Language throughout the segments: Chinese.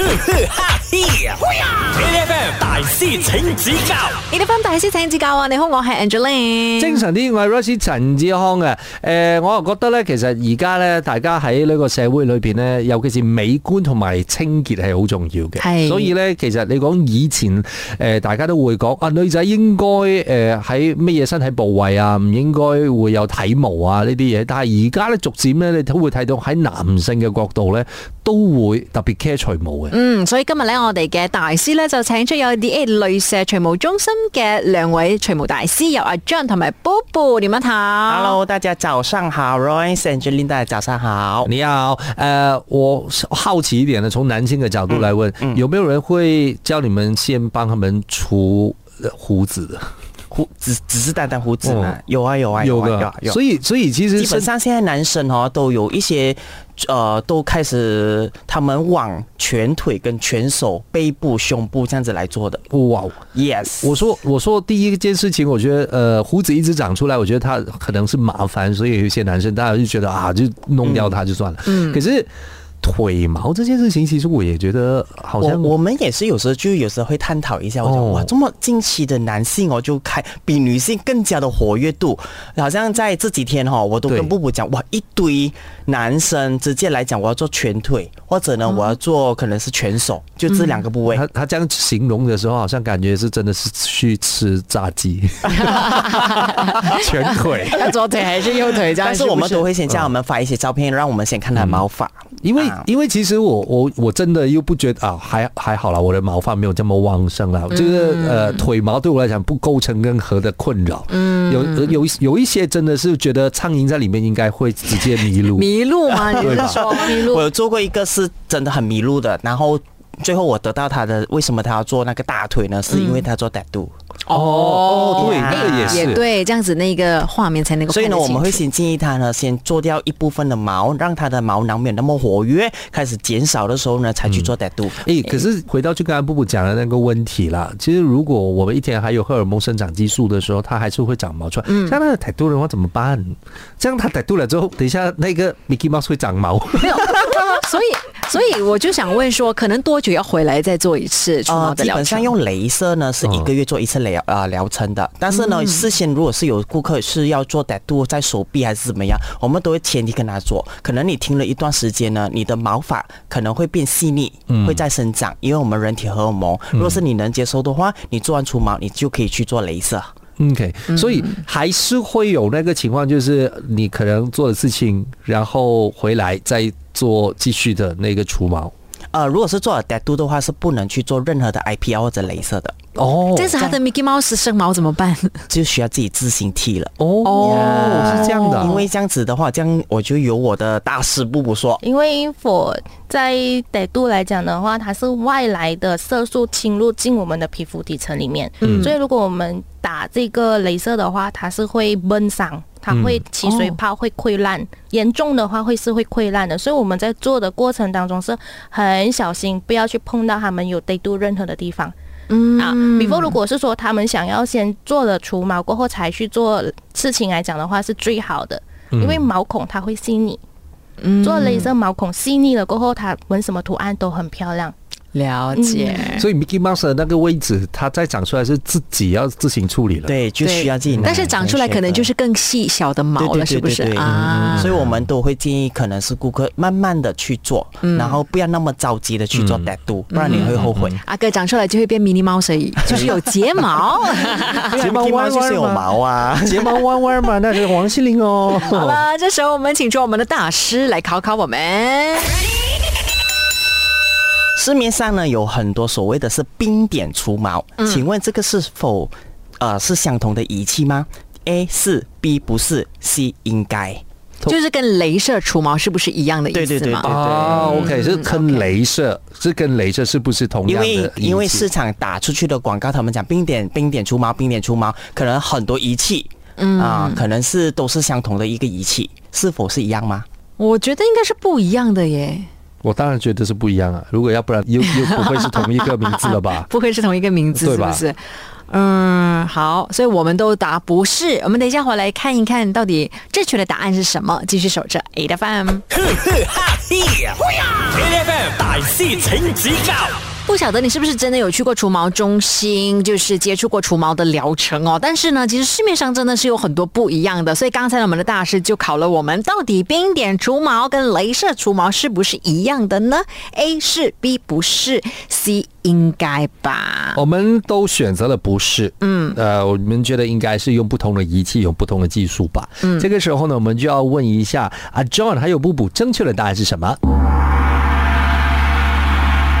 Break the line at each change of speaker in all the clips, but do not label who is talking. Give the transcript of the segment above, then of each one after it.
哈 FM 大師請指教
你哋分大師請指教啊！你好，我係 Angeline。
精神啲，我係 Rosie 陳志康嘅。誒、我又覺得咧，其實而家咧，大家喺呢個社會裏邊咧，尤其是美觀同埋清潔係好重要
係
嘅。所以咧，其實你講以前誒、大家都會講啊，女仔應該誒喺乜嘢身體部位啊，唔應該會有體毛啊呢啲嘢。但係而家咧，逐漸咧，你都會睇到喺男性嘅角度咧，都會特別 care 除毛嘅。
嗯，所以今日咧，我哋嘅大師咧就請出有 D A 镭射除毛中心嘅兩位除毛大師，有阿 John 同埋 Bobo 點樣睇
Hello，大家早上好，Royce Angelina，大家早上好。
你好，呃，我好奇一点呢，从男性的角度来问，
嗯
有没有人会教你们先帮他们除呃胡子的？
胡只只是单单胡子嘛
哦？
有啊有啊啊有
的
啊，有啊。
所以所以其实
基本
是
上现在男生哦都有一些，呃，都开始他们往全腿跟全手、背部、胸部这样子来做的。
哇，
Yes，
我说我说第一件事情，我觉得呃胡子一直长出来，我觉得他可能是麻烦，所以有一些男生大家就觉得啊，就弄掉它就算了。嗯，可是腿毛这件事情，其实我也觉得好
我
像
我们也是有时候就有时候会探讨一下，我讲、
哦
哇，这么近期的男性哦，就开比女性更加的活跃度，好像在这几天哈、哦，我都
对
跟布布讲，哇，一堆男生直接来讲，我要做全腿，或者呢，我要做可能是全手，就这两个部位。
他他这样形容的时候，好像感觉是真的是去吃炸鸡，全腿。
下？左腿還是右腿？
但是我们都会先叫我们发一些照片，让我们先看他的毛发，
因为
啊
因为其实我我我真的又不觉得啊，还还好啦，我的毛发没有这么旺盛啦，就是呃腿毛对我来讲不构成任何的困扰。嗯，有有一有一些真的是觉得苍蝇在里面应该会直接迷路。
迷 路吗？你
对
是
吧
說迷
我
路？
有做过一个是真的很迷路的，然后最后我得到他的为什么他要做那个大腿呢？是因为他做 tattoo。
哦哦，对，
呀
那个也
哎也
是。
对，这样子那个画面才能够
哎所
看
以
得清
呢，
楚。
我们会先建议他呢，先做掉一部分的毛，让他的毛囊没有那么活跃，开始减少的时候呢，才去做 tattoo。
诶，哎可是回到就刚才布布讲的那个问题啦，其实如果我们一天还有荷尔蒙生长激素的时候，它还是会长毛出来。嗯，像那个歹度的话怎么办？这样它歹度了之后，等一下那个 Mickey Mouse 会长毛。
没有， 所以所以我就想问说，可能多久要回来再做一次除毛
呃，
的
基
疗
本
程？
上用镭射呢是一个月做一次疗啊疗程的，但是
嗯
呢，事先如果是有顾客是要做 tattoo 在手臂还是怎么样，我们都会前提跟他做。可能你听了一段时间呢，你的毛发可能会变细腻，会再生长，因为我们人体荷尔蒙。如果是你能接受的话，你做完除毛，你就可以去做镭射。
OK，所
嗯
以还是会有那个情况，就是你可能做的事情，然后回来再做继续的那个除毛。
呃，如果是做了 tattoo 的话，是不能去做任何的 IPL 或者镭射的，
哦，
但是他的 Mickey Mouse 生毛怎么办？
就需要自己自行剃了。
哦，是这样的啊，
因为这样子的话，这样我就有我的大师布布说，
因为 for 在歹度来讲的话，它是外来的色素侵入进我们的皮肤底层里面，所以如果我们打这个镭射的话，它是会闷伤，它会起水泡，会溃烂，严重的话会是会溃烂的。所以我们在做的过程当中是很小心，不要去碰到他们有歹度任何的地方。
嗯
啊，before 如果是说他们想要先做了除毛过后才去做事情来讲的话，是最好的，因为毛孔它会细腻。做镭射毛孔细腻了过后，它纹什么图案都很漂亮。
了解。
所以 Mickey Mouse 的那个位置，它再长出来是自己要自行处理了。
对，就
对
需要自己拿。
但是长出来可能就是更细小的毛了，
嗯对对对
是不是
对对
啊？
所以我们都会建议，可能是顾客慢慢的去做，
嗯
然后不要那么着急的去
嗯
做 tattoo，、不然你会后悔。
阿哥长出来就会变 mini mouse 而已，就是有睫 毛。
睫毛
听
弯
就是
弯
有
嘛，
毛 啊。
睫毛弯弯嘛，那是王心凌哦。
好了，这时候我们请出我们的大师来考考我 们。
哦市面上呢有很多所谓的是冰点除毛，
嗯
请问这个是否呃是相同的仪器吗？A 是，B 不是，C 应该。
就是跟镭射除毛是不是一样的意思
对对对对
嘛？
啊，OK，是跟镭射，是跟镭射是不是同
因
样的
为
意思？
因为市场打出去的广告，他们讲冰点冰点除毛，冰点除毛，可能很多仪器，嗯啊，可能是都是相同的一个仪器，是否是一样吗？
我觉得应该是不一样的耶，？
我当然觉得是不一样啊，如果要不然又又不会是同一个名字了吧
不会是同一个名字，
对
是不
吧
是？嗯，好，所以我们都答不是。我们等一下回来看一看到底正确的答案是什么。继续守着 A F M。
A F M 大师请指教
不晓得你是不是真的有去过除毛中心，就是接触过除毛的疗程哦。但是呢，其实市面上真的是有很多不一样的，所以刚才我们的大师就考了我们，到底冰点除毛跟镭射除毛是不是一样的呢？A 是，B 不是，C 应该吧。
我们都选择了不是，嗯，呃，我们觉得应该是用不同的仪器，用不同的技术吧。嗯，这个时候呢，我们就要问一下啊，John 还有布布，正确的答案是什么？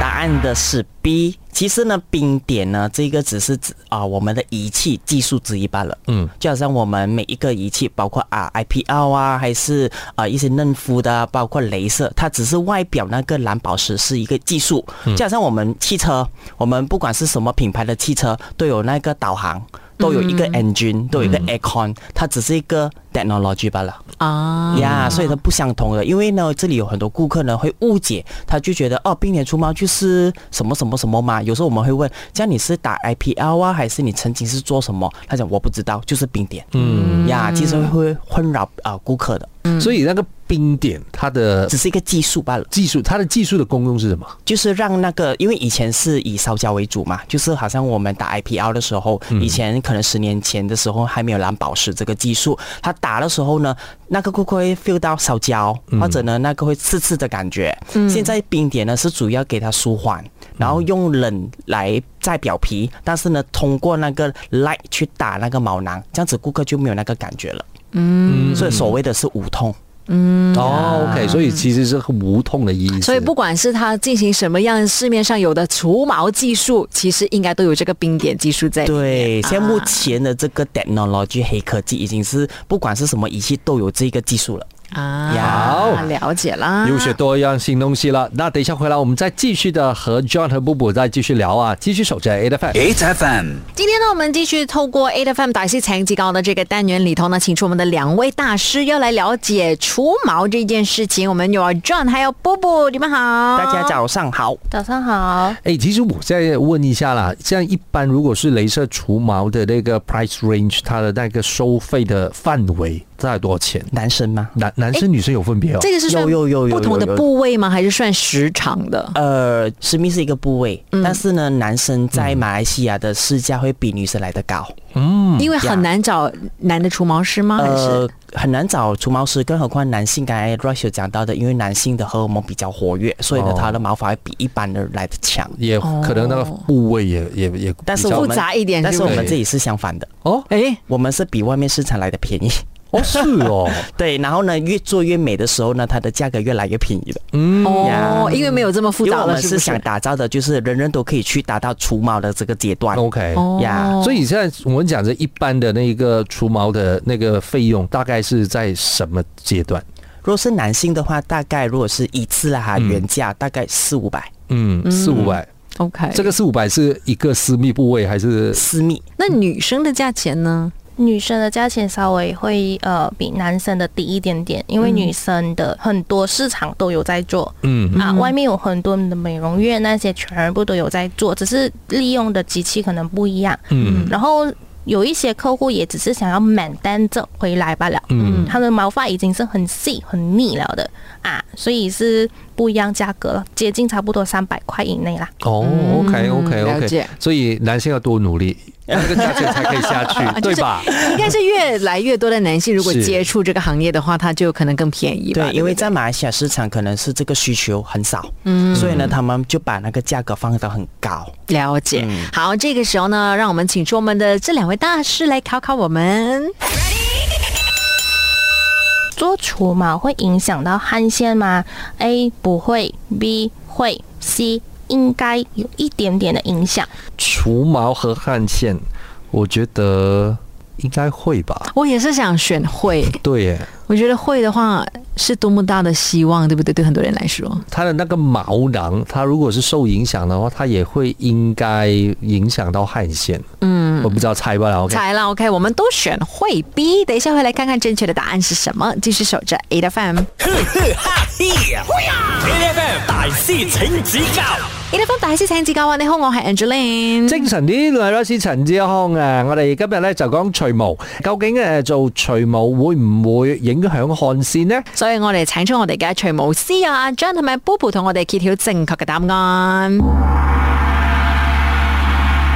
答案的是 B。其实呢，冰点呢，这个只是指啊、我们的仪器技术之一罢了。嗯，就好像我们每一个仪器，包括啊 IPL 啊，还是啊、一些嫩肤的啊，包括镭射，它只是外表那个蓝宝石是一个技术。就好像我们汽车，我们不管是什么品牌的汽车，都有那个导航，都有一个 engine，、都有一个 aircon，它只是一个 technology 罢了。
啊
呀所以它不相同的，因为呢，这里有很多顾客呢会误解，他就觉得哦，冰点除毛就是什么什么什么嘛。有时候我们会问，这样你是打 IPL 啊，还是你曾经是做什么？他讲我不知道，就是冰点。嗯，呀，其实会困扰啊、顾客的，
所以那个冰点它的
只是一个技术罢了，
技术，它的技术的功用是什么？
就是让那个，因为以前是以烧焦为主嘛，就是好像我们打 IPL 的时候，以前可能十年前的时候还没有蓝宝石这个技术，他打的时候呢，那个顾客会 feel 到烧焦，或者呢那个会刺刺的感觉。现在冰点呢是主要给它舒缓，然后用冷来在表皮，但是呢通过那个 light 去打那个毛囊，这样子顾客就没有那个感觉了。嗯，所以所谓的是无痛。
哦，OK，所以其实是无痛的意思。
所以不管是它进行什么样，市面上有的除毛技术，其实应该都有这个冰点技术在里面。
对，现在目前的这个 technology 黑科技已经是不管是什么仪器都有这个技术了。
啊，了解啦。
又学多一样新东西了。那等一下回来，我们再继续的和 John 和布布再继续聊啊，继续守着 A F M。
，A F M
今天呢，我们继续透过 A F M 大师请指教的这个单元里头呢，请出我们的两位大师，要来了解除毛这件事情。我们有 John 还有波波，你们好，
大家。早上好，
早上好，
哎、其实我再问一下啦，像一般如果是镭射除毛的那个 price range，它的那个收费的范围大概多少钱？
男生吗？
男男生女生有分别哦。
这个是算
有有有有
不同的
有有
部位吗？还是算时长的？
呃，私密是一个部位，但是呢，男生在马来西亚的市价会比女生来的高。
因为很难找男的除毛师吗？还哦是
呃，很难找除毛师，更何况男性。刚才 Rush 有讲到的，因为男性的荷尔蒙比较活跃，所以呢
哦，
他的毛发会比一般人来的强。
也可能那个部位也也也比
但是
较
我们
复杂一点
但是
是
我
不
们
是
这里是相反的，
哦
哎，
我们是比外面市场来的便宜。
哦是 哦，
对，然后呢，越做越美的时候呢，它的价格越来越便宜了。
哦，因为没有这么复
因为
杂
我
了，
们
是不
是想
是？
打造的，就是人人都可以去达到除毛的这个阶段。
OK。
哦
呀
所以现在我们讲这一般的那个除毛的那个费用，大概是在什么阶段？
如果是男性的话，大概如果是一次啦
嗯
哈，原价大概四五百，
嗯，四五百。
OK，
这个四五百是一个私密部位还是？
私密
那女生的价钱呢？
女生的价钱稍微会呃比男生的低一点点，因为女生的很多市场都有在做。
嗯
啊，外面有很多的美容院，那些全部都有在做，只是利用的机器可能不一样。
嗯
然后有一些客户也只是想要满单这回来罢了。
嗯，
他的毛发已经是很细很腻了的啊，所以是不一样价格了，接近差不多三百块以内啦。
哦，OK OK
嗯了
OK，
解
所以男性要多努力，那个价钱才可以下 去，对吧？
应啊该是越来越多的男性如果
是
接触这个行业的话，他就可能更便宜吧。
对，因
不
为在马来西亚市场可能是这个需求很少，嗯，所以呢，他们就把那个价格放到很高。
了解。好，这个时候呢，让我们请出我们的这两位大师来考考我们。
做除毛会影响到汗腺吗？A 不会，B 会，C 应该有一点点的影响。
除毛和汗腺，我觉得应该会吧。
我也是想选会，
对耶，
我觉得会的话是多么大的希望，对不对？对很多人来说，
它的那个毛囊，它如果是受影响的话，它也会应该影响到汗腺。嗯，我不知道猜吧了。OK，
才啦 OK，我们都选会 B。等一下回来看看正确的答案是什么。继续守着 A F M。
，A F M 大师请指教
E F M 大师请指教啊！你好，我系 Angeline。
精神啲，我係 r o s 陳志康啊！我哋今日咧就講除毛，究竟誒做除毛會唔會影響汗腺呢？
所以我哋請出我哋嘅除毛師啊，阿 John 同埋 Boo Boo 同我哋揭曉正確嘅答案。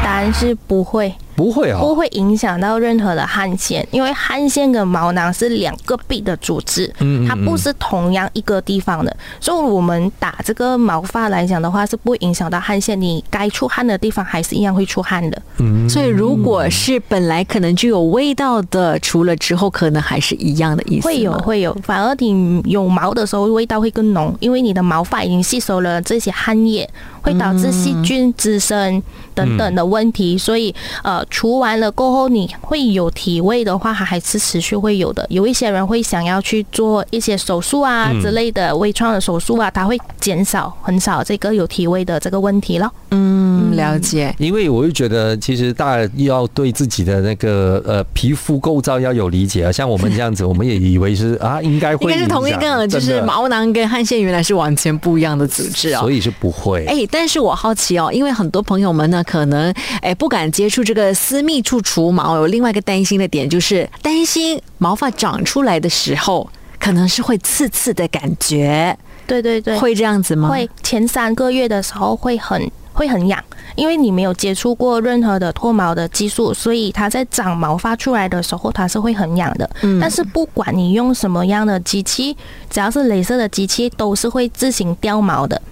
答案是不会，
不會啊，
不会影响到任何的汗腺，因为汗腺跟毛囊是两个壁的组织，它不是同样一个地方的，所以我们打这个毛发来讲的话，是不会影响到汗腺，你该出汗的地方还是一样会出汗的。
所以如果是本来可能就有味道的，除了之后可能还是一样的意思。
会有会有，反而你有毛的时候味道会更浓，因为你的毛发已经吸收了这些汗液，会导致细菌滋生等等的问题。所以呃，除完了过后，你会有体味的话，它还是持续会有的。
嗯
有一些人会想要去做一些手术啊之类的微创的手术啊，它会减少很少这个有体味的这个问题了。
嗯，了解。
因为我就觉得，其实大家要对自己的那个呃皮肤构造要有理解啊。像我们这 样子，我们也以为是啊，应该
应
会
该是同一
影响
个，就是
真的
毛囊跟汗腺原来是完全不一样的组织哦
所。以是不会。
哎，但是我好奇哦，因为很多朋友们呢，可能哎不敢接触这个私密处除毛，有另外一个担心的点就是担心毛发长出来的时候，可能是会刺刺的感觉，
对对对，
会这样子吗？
会前三个月的时候会很会很痒，因为你没有接触过任何的脱毛的激素，所以它在长毛发出来的时候，它是会很痒的。
嗯
但是不管你用什么样的机器，只要是镭射的机器，都是会自行掉毛的。
嗯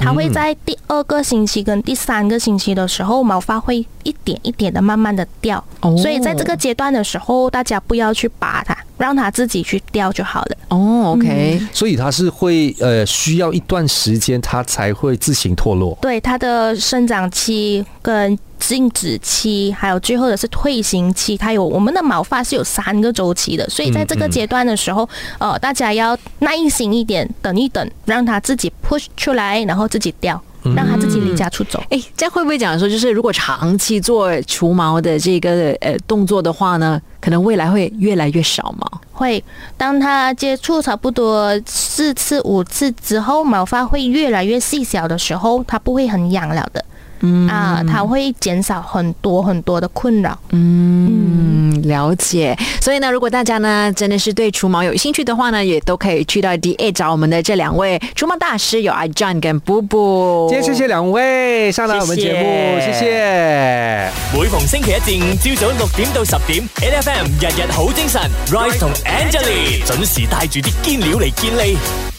它会在第二个星期跟第三个星期的时候，毛发会一点一点的慢慢的掉，
哦
所以在这个阶段的时候，大家不要去拔它，让它自己去掉就好了。
哦，OK，
所以它是会呃需要一段时间，它才会自行脱落。
哦
对它的生长期跟静止期，还有最后的是退行期，它有我们的毛发是有三个周期的，所以在这个嗯阶段的时候，呃，大家要耐心一点，等一等，让它自己 push 出来，然后自己掉，让它自己离家出走。
哎，这样会不会讲说，就是如果长期做除毛的这个呃动作的话呢，可能未来会越来越少毛？
会，当它接触差不多四次五次之后，毛发会越来越细小的时候，它不会很痒了的。嗯啊，它会减少很多很多的困扰。
嗯，了解。所以呢，如果大家呢真的是对除毛有兴趣的话呢，也都可以去到 D A 找我们的这两位除毛大师，有阿 John 跟 b 布。
今天谢谢两位上来我们节目，
谢谢
谢谢
每逢星期一至五朝早六點到十點，N F M 日日好精神，Rise 同 Angelie 準時帶住啲堅料嚟健利。